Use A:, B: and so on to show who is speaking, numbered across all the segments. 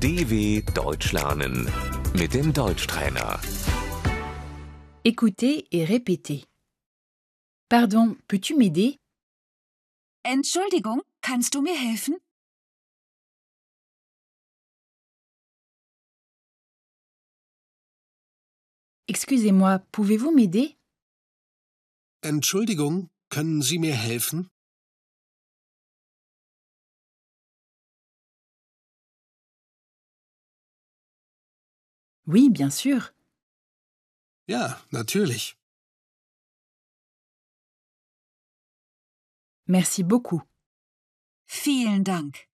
A: DW Deutsch lernen mit dem Deutschtrainer.
B: Écoutez et répétez. Pardon, peux-tu m'aider
C: Entschuldigung, kannst du mir helfen?
B: Excusez-moi, pouvez-vous m'aider
D: Entschuldigung, können Sie mir helfen?
B: Oui, bien sûr.
D: Ja, natürlich.
B: Merci beaucoup.
C: Vielen Dank.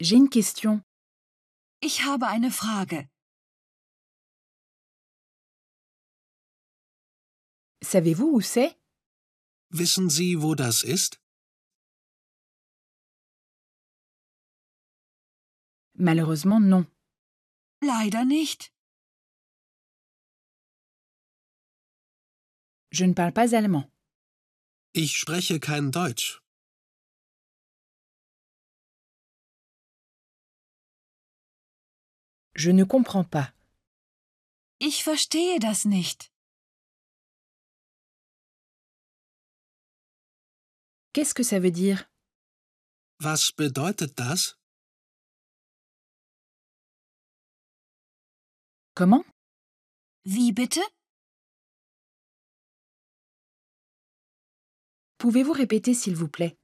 B: J'ai une question.
C: Ich habe eine Frage.
B: Savez-vous où c'est
D: Wissen Sie, wo das ist?
B: Malheureusement, non.
C: Leider nicht.
B: Je ne parle pas allemand.
D: Ich spreche kein Deutsch.
B: Je ne comprends pas.
C: Ich verstehe das nicht.
B: Qu'est-ce que ça veut dire
D: Was bedeutet das?
B: Comment
C: Wie bitte?
B: Pouvez-vous répéter s'il vous plaît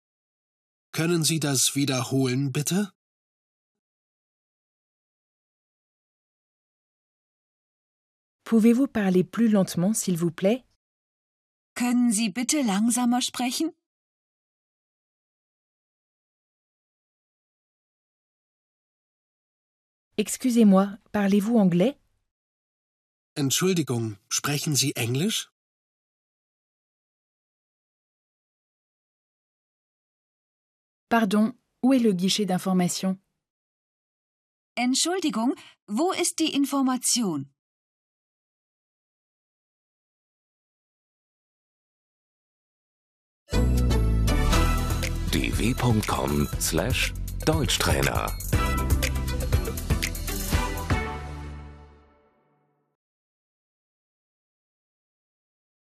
D: Können Sie das wiederholen, bitte?
B: Pouvez-vous parler plus lentement s'il vous plaît
C: Können Sie bitte langsamer sprechen?
B: Excusez-moi, parlez-vous anglais
D: Entschuldigung, sprechen Sie Englisch?
B: Pardon, où est le guichet d'information
C: Entschuldigung, wo ist die Information?
A: dw.com/deutschtrainer